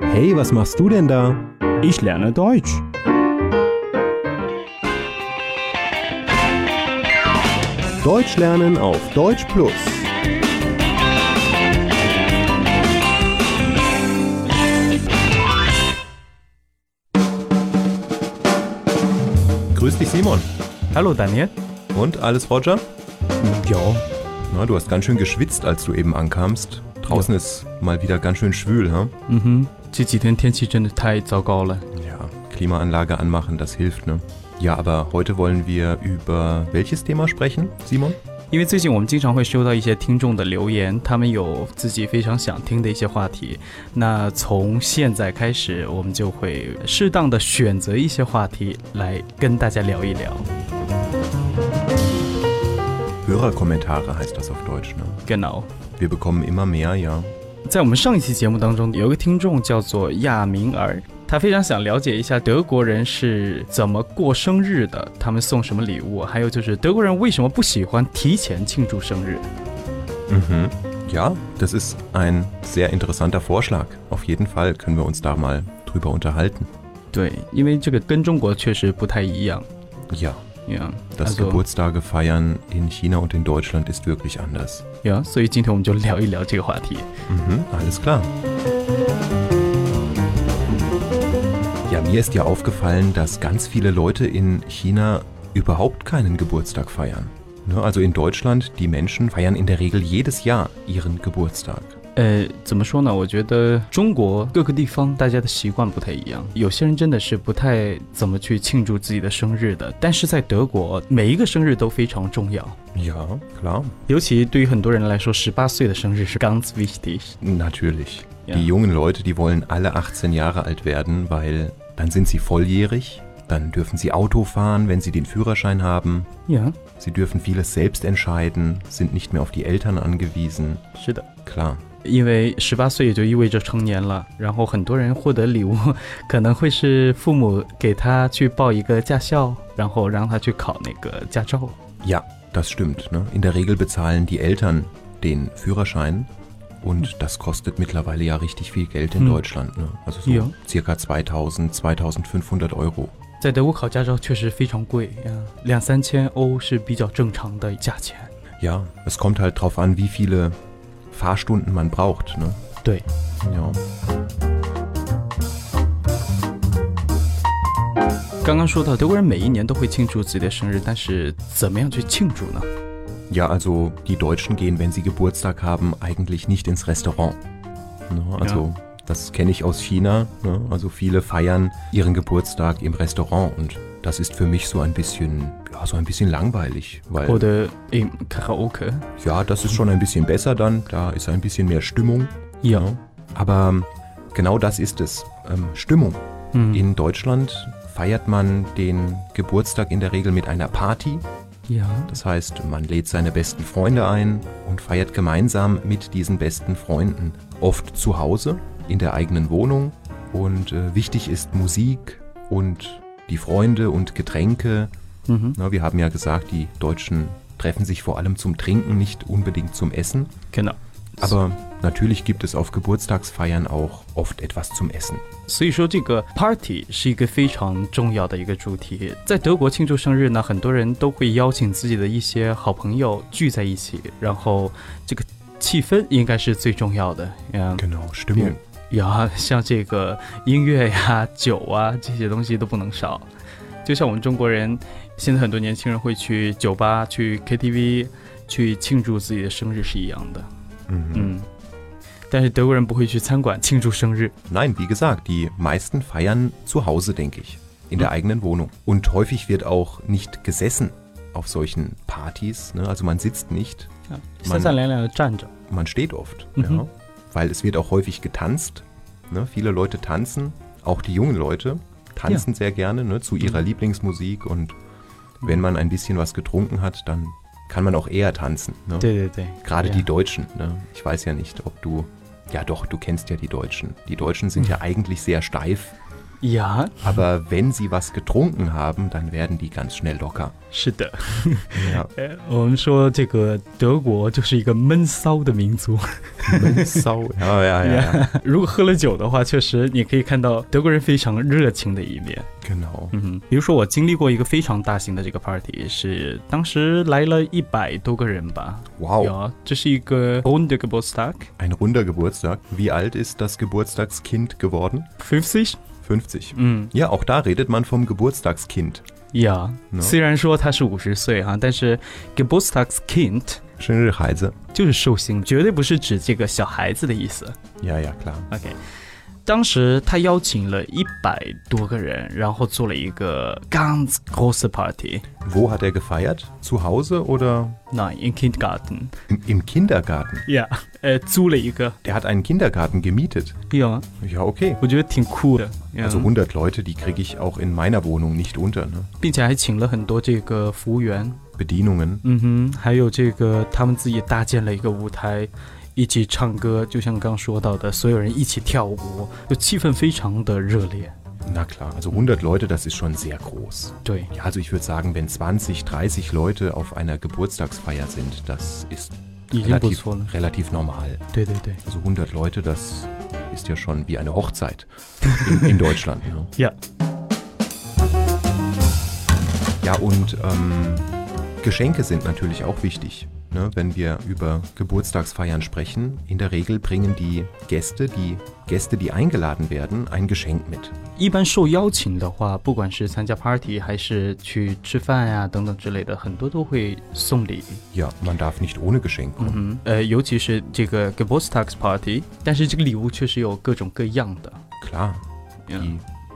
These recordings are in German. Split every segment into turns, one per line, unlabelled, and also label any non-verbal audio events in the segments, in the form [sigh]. Hey, was machst du denn da?
Ich lerne Deutsch.
Deutsch lernen auf Deutsch Plus. Grüß dich, Simon.
Hallo Daniel.
Und alles Roger?
Ja.
Na, du hast ganz schön geschwitzt, als du eben ankamst. Draußen ist mal wieder ganz schön schwül, ha?
嗯哼，这几天天气真的太糟糕了。
Ja, Klimaanlage anmachen, das hilft, ne? Ja, aber heute wollen wir über welches Thema sprechen, Simon?
因为最近我们经常会收到一些听众的留言，他们有自己非常想听的一些话题。那从现在开始，我们就会适当的选择一些话题来跟大家聊一聊。
Hörerkommentare heißt das auf Deutsch, ne?
Genau。
Wir bekommen immer mehr, ja.
在我们上一期节目当中，有一个听众叫做亚明儿，他非常想了解一下德国人是怎么过生日的，他们送什么礼物，还有就是德国人为什么不喜欢提前庆祝生日。
Mhm. Ja, das ist ein sehr interessanter Vorschlag. Auf jeden Fall können wir uns da mal drüber unterhalten.
对，因为这个跟中国确实不太一样。
Ja,
呀，
das
Also-
Geburtstage feiern in China und in Deutschland ist wirklich anders.
呀，所以今天我们就聊一聊这个话题。
Mhm, alles klar. Ja, mir ist ja aufgefallen, dass ganz viele Leute in China überhaupt keinen Geburtstag feiern. Ne, Also in Deutschland, die Menschen feiern in der Regel jedes Jahr ihren Geburtstag.
呃，怎么说呢？我觉得中国各个地方大家的习惯不太一样，有些人真的是不太怎么去庆祝自己的生日的。但是在德国，每一个生日都非常重要，
Ja, klar.
尤其对于很多人来说，十八岁的生日是 ganz wichtig。
Natürlich.
Ja.
Die jungen Leute, die wollen alle 18 Jahre alt werden, weil dann sind sie volljährig, dann dürfen sie Auto fahren, wenn sie den Führerschein haben,
呀，
sie dürfen vieles selbst entscheiden, sind nicht mehr auf die Eltern angewiesen.
是的。
Klar.
因为十八岁也就意味着成年了，然后很多人获得礼物 [laughs] 可能会是父母给他去报一个驾校，然后让他去考那个驾照。
Ja, das stimmt. Ne? In der Regel bezahlen die Eltern den Führerschein und das kostet mittlerweile ja richtig viel Geld in
Hm.
Deutschland. Ne? Also so
Ja.
circa 2000, 2500 Euro.
在德国考驾照确实非常贵呀，两三千欧是比较正常的价钱。
Ja, es kommt halt drauf an, wie viele Fahrstunden man braucht. Ne?
对，
Ja.
刚刚说到德国人每一年都会庆祝自己的生日，但是怎么样去庆祝呢？
Ja, also die Deutschen gehen, wenn sie Geburtstag haben, eigentlich nicht ins Restaurant. Ne, also das kenne ich aus China. Ne? Also viele feiern ihren Geburtstag im Restaurant und das ist für mich so ein bisschen, ja, so ein bisschen langweilig, weil
或者 in karaoke，
ja, das ist schon ein bisschen besser dann. Da ist ein bisschen mehr Stimmung.
有
ne?，Aber genau das ist es, ähm, Stimmung.
嗯，
In Deutschland feiert man den Geburtstag in der Regel mit einer Party.
有，
Das heißt, man lädt seine besten Freunde ein und feiert gemeinsam mit diesen besten Freunden. Oft zu Hause, in der eigenen Wohnung. Und äh, wichtig ist Musik und die Freunde und Getränke.
嗯哼
Na, wir haben ja gesagt, die Deutschen treffen sich vor allem zum Trinken, nicht unbedingt zum Essen.
，genau。
Aber natürlich gibt es auf Geburtstagsfeiern auch oft etwas zum Essen.
所以说，这个 party 是一个非常重要的一个主题。在德国庆祝生日呢，很多人都会邀请自己的一些好朋友聚在一起，然后这个气氛应该是最重要的。嗯，
Genau,
Stimmung. 呀，像这个音乐呀、酒啊这些东西都不能少。就像我们中国人，现在很多年轻人会去酒吧、去 KTV 去庆祝自己的生日是一样的。
Mhm.
嗯，但是德国人不会去餐馆庆祝生日。
Nein, wie gesagt, die meisten feiern zu Hause, denke ich. In der eigenen Wohnung. Und häufig wird auch nicht gesessen auf solchen Partys. Ne? Also man sitzt nicht,
嗯三三两两的站着。
man steht oft.
Mhm.
Ja? Weil es wird auch häufig getanzt. Ne? Viele Leute tanzen, auch die jungen Leute tanzen sehr gerne ne? zu ihrer Lieblingsmusik. Und wenn man ein bisschen was getrunken hat, dann kann man auch eher tanzen. Ne?
对对对，
Gerade
呀
die Deutschen. Ne? Ich weiß ja nicht, ob du. Ja, doch, du kennst ja die Deutschen. Die Deutschen sind ja eigentlich sehr steif
Ja，
Aber wenn sie was getrunken haben, dann werden die ganz schnell locker.
是的， [laughs]
[laughs] Ja,
呃我们说这个德国就是一个闷骚的民族。 [laughs]
闷骚。Ja, ja, ja, ja.
如果喝了酒的话，确实你可以看到德国人非常热情的一面。
Genau.
嗯哼，比如说我经历过一个非常大型的这个 party，是当时来了一百多个人吧。有
Wow,
啊，这是一个 o n d e g e b o r s t a g
ein runder Geburtstag. Wie alt ist das Geburtstagskind geworden?
f i f t y
50.
嗯
Ja, auch da redet man vom Geburtstagskind.
，Yeah，、
No
虽然说他是五十岁哈、但是 g e b o r s t a g Kind
生日孩子。
就是寿星，绝对不是指这个小孩子的意思。
Ja, ja, klar.
OK，当时他邀请了一百多个人，然后做了一个 ganz große Party。
Wo hat er gefeiert? Zu Hause oder
Nein, in Kindergarten.
im, im Kindergarten?
Yeah，呃，租了一个，
Der hat einen Kindergarten gemietet.
有吗？
Ja, okay.
哎我觉得挺酷的。嗯
Also 100 Leute, die kriege ich auch in meiner Wohnung nicht unter. Ne?
并且还请了很多这个服务员，
Bedienungen.
嗯哼，还有这个他们自己搭建了一个舞台，一起唱歌，就像刚说到的，所有人一起跳舞，就气氛非常的热烈。
Na klar, also 100 Leute, das ist schon sehr groß.
对，
Ja, also ich würde sagen, wenn 20, 30 Leute auf einer Geburtstagsfeier sind, das ist
已经不
relativ,
错了。
relativ normal.
对对对
Also 100 Leute, das ist ja schon wie eine Hochzeit in, in Deutschland. Ne?
，Yeah，
Ja, und ähm, Geschenke sind natürlich auch wichtig. Ne, wenn wir über Geburtstagsfeiern sprechen, in der Regel bringen die Gäste, die Gäste, die eingeladen werden, ein Geschenk mit.
一般受邀请的话，不管是参加 party 还是去吃饭呀、等等之类的，很多都会送礼。
Ja, man darf nicht ohne Geschenk kommen.
嗯，呃，尤其是这个 g e b o r t s t a g party，但是这个礼物确实有各种各样的。
Klar,
Yeah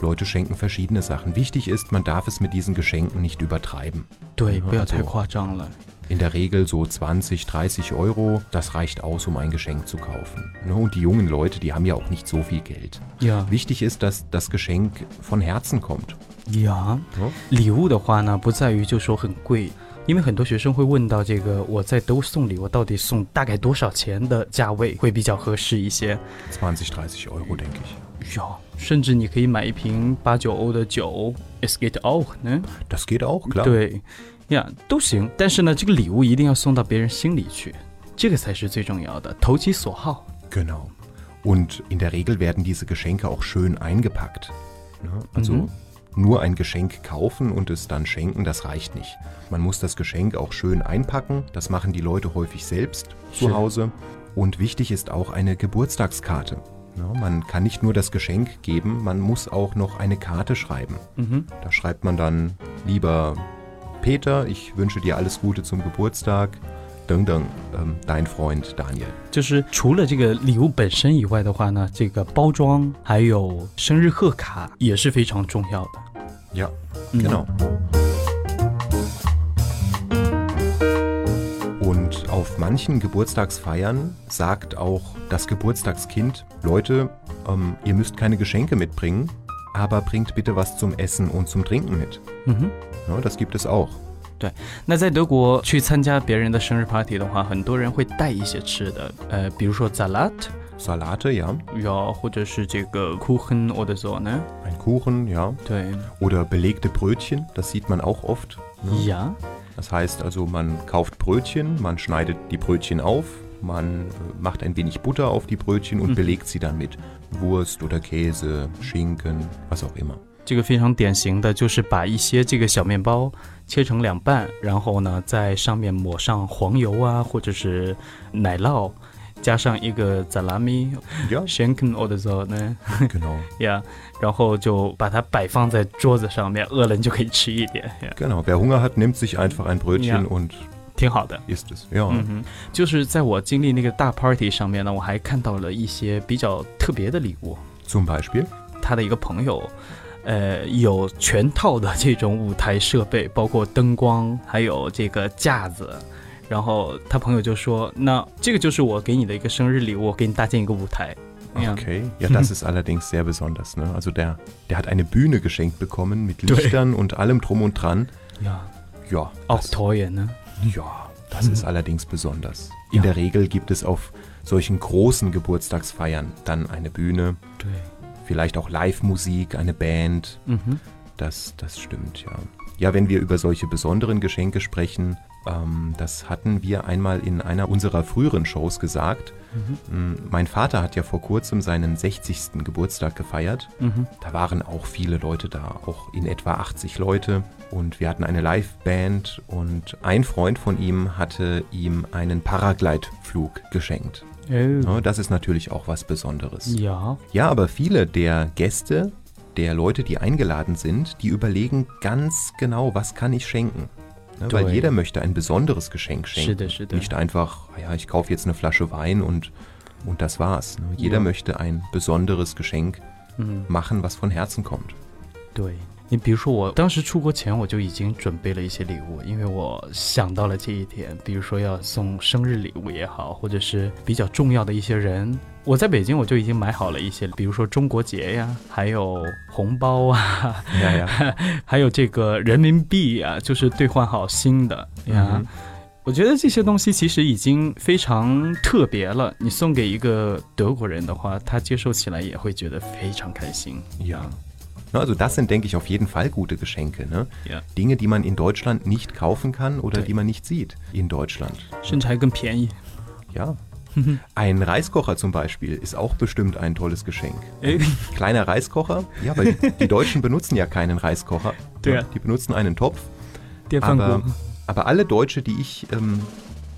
die Leute schenken verschiedene Sachen. Wichtig ist, man darf es mit diesen Geschenken nicht übertreiben.
对，
嗯
不要太
对
夸张了。
In der Regel so 20, 30 Euro, das reicht aus, um ein Geschenk zu kaufen. Ne, Und die jungen Leute, die haben ja auch nicht so viel Geld.
Yeah
Wichtig ist, dass das Geschenk von Herzen kommt.
yeah。
Ne?
礼物的话呢，不在于就说很贵，因为很多学生会问到这个我在德国送礼，我到底送大概多少钱的价位会比较合适一些？
20, 30 Euro, denke ich.
哟，甚至你可以买一瓶八九欧的酒，es geht auch 呢？
Das geht auch, klar.
对呀，都行。但是呢，这个礼物一定要送到别人心里去，这个才是最重要的，投其所好。
Genau. Und in der Regel werden diese Geschenke auch schön eingepackt. Ne? Also
Mhm.
nur ein Geschenk kaufen und es dann schenken, das reicht nicht. Man muss das Geschenk auch schön einpacken. Das machen die Leute häufig selbst
Schön.
zu Hause. Und wichtig ist auch eine Geburtstagskarte. Ne? Man kann nicht nur das Geschenk geben, man muss auch noch eine Karte schreiben.
嗯哼，
Da schreibt man dann, lieber Peter, ich wünsche dir alles Gute zum Geburtstag. Dang, dang, ähm, dein Freund Daniel.
就是除了这个礼物本身以外的话呢，这个包装还有生日贺卡也是非常重要的。
Ja,
Mhm.
genau. Und auf manchen Geburtstagsfeiern sagt auch das Geburtstagskind, Leute, ähm, ihr müsst keine Geschenke mitbringen, aber bringt bitte was zum Essen und zum Trinken mit.
嗯哼。
Ja, das gibt es auch.
那在德国去参加别人的生日 party 的话，很多人会带一些吃的，呃，比如说 salat，
Salate, ja,
然后或者是这个 kuchen oder so 呢？
ein Kuchen, ja,
对
oder belegte Brötchen, das sieht man auch oft. ne?
呀，
Das heißt also, man kauft Brötchen, man schneidet die Brötchen auf, man äh, macht ein wenig Butter auf die Brötchen und
Mhm.
belegt sie dann mit Wurst oder Käse, Schinken, was auch immer.
这个非常典型的就是把一些这个小面包切成两半，然后呢在上面抹上黄油啊，或者是奶酪，加上一个 salami、 [laughs]
Ja,
schinken oder so 呢
genau.
呀，然后就把它摆放在桌子上面，饿了你就可以吃一点呀，
Genau. Wer Hunger hat, nimmt sich einfach ein Brötchen
Ja. Mhm.
und
挺好的。
isst es. Ja.
嗯哼，就是在我经历那个大 party 上面呢，我还看到了一些比较特别的礼物。
Zum Beispiel.
他的一个朋友，呃，有全套的这种舞台设备，包括灯光，还有这个架子。然后他朋友就说：“那这个就是我给你的一个生日礼物，我给你搭建一个舞台。”呀
Okay.
[laughs]
Ja, das ist allerdings sehr besonders. Ne? Also der, der hat eine Bühne geschenkt bekommen mit
Durch.
Lichtern und allem drum und dran.
呀，
Ja.
哦
das-，
导演呢？
Ja, das ist allerdings besonders. In
Ja.
der Regel gibt es auf solchen großen Geburtstagsfeiern dann eine Bühne,
对，
vielleicht auch Live-Musik, eine Band.
Mhm.
Das, das stimmt, ja. Ja, wenn wir über solche besonderen Geschenke sprechen, ähm, das hatten wir einmal in einer unserer früheren Shows gesagt. Mm, Mein Vater hat ja vor kurzem seinen 60. Geburtstag gefeiert.
Mhm.
Da waren auch viele Leute da, auch in etwa 80 Leute. Und wir hatten eine Liveband und ein Freund von ihm hatte ihm einen Paraglide-Flug geschenkt.
Oh.
Ne, Das ist natürlich auch was Besonderes.
Ja.
Ja, aber viele der Gäste, der Leute, die eingeladen sind, die überlegen ganz genau, was kann ich schenken. Ne, weil
Toll.
jeder möchte ein besonderes Geschenk schenken.
Schütte, schütte.
Nicht einfach, "Ah ja, ich kaufe jetzt eine Flasche Wein und, und das war's. Ne? Jeder
Ja.
möchte ein besonderes Geschenk
嗯，
machen, was von Herzen kommt.
对。你比如说，我当时出国前我就已经准备了一些礼物，因为我想到了这一点，比如说要送生日礼物也好，或者是比较重要的一些人，我在北京我就已经买好了一些，比如说中国结呀，还有红包啊，
Ja, ja.
[laughs] 还有这个人民币啊，就是兑换好新的呀。
嗯
我觉得这些东西其实已经非常特别了。你送给一个德国人的话，他接受起来也会觉得非常开心。
Ja. Na, Also das sind, denke ich, auf jeden Fall gute Geschenke. Ne?
Ja.
Dinge, die man in Deutschland nicht kaufen kann oder
Toll.
die man nicht sieht in Deutschland.
甚至还更便宜。 [laughs]
Ja. Ein Reiskocher zum Beispiel ist auch bestimmt ein tolles Geschenk.
Ey.
Kleiner Reiskocher? Ja, weil die, die Deutschen benutzen ja keinen Reiskocher.
Ja.
Die benutzen einen Topf.
电饭锅
Aber,，aber alle Deutsche, die ich ähm,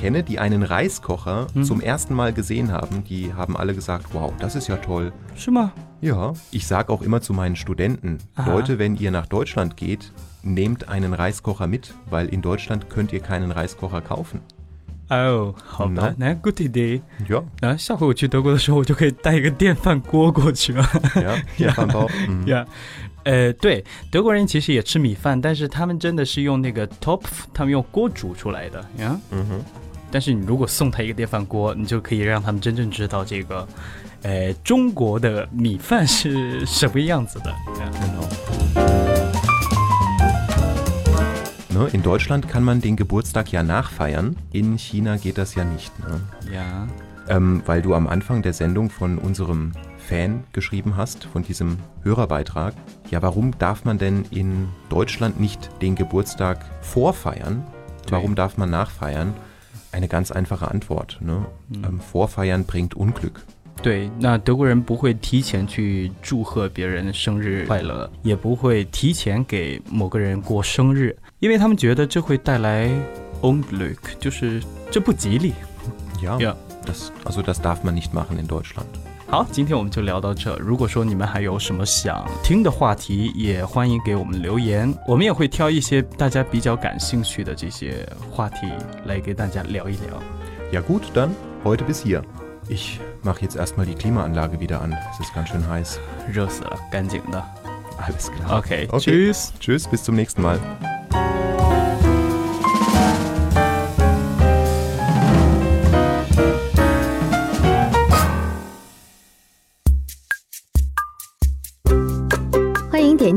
kenne, die einen Reiskocher
Mhm.
zum ersten Mal gesehen haben, die haben alle gesagt, wow, das ist ja toll.
是吗？
Ja, ich sage auch immer zu meinen Studenten,
Aha.
Leute, wenn ihr nach Deutschland geht, nehmt einen Reiskocher mit, weil in Deutschland könnt ihr keinen Reiskocher kaufen.
哦，好吧
嗯，
那 good idea。 [laughs]
Ja,
那下回我去德国的时候，我就可以带一个电饭锅过去了。
ja, ja. Bauch.
[laughs]
Mhm.
呀，呃，对，德国人其实也吃米饭，但是他们真的是用那个 top，他们用锅煮出来的呀。
Mhm.
但是你如果送他一个电饭锅，你就可以让他们真正知道这个，呃，中国的米饭是什么样子的。呀
Genau. Ne, in Deutschland kann man den Geburtstag ja nachfeiern, in China geht das ja nicht. Ne?
呀，
Ähm, weil du am Anfang der Sendung von unserem Fan geschrieben hast, von diesem Hörerbeitrag. Ja, warum darf man denn in Deutschland nicht den Geburtstag vorfeiern? Warum darf man nachfeiern? Eine ganz einfache Antwort. Ne? Ähm, vorfeiern bringt Unglück.
对，那德国人不会提前去祝贺别人生日快乐，也不会提前给某个人过生日，因为他们觉得这会带来 unglück，就是这不吉利。
Ja.
Ja.
Das, also das darf man nicht machen in Deutschland.
好，今天我们就聊到这。如果说你们还有什么想听的话题，也欢迎给我们留言，我们也会挑一些大家比较感兴趣的这些话题来给大家聊一聊。
Ja gut, dann heute bis hier. Ich mache jetzt erstmal die Klimaanlage wieder an. Es ist ganz schön heiß.
热死了，干净的。
Alles klar.
OK，
Okay.
Cheers。
Tschüss, bis zum nächsten Mal.
Cheers 欢迎点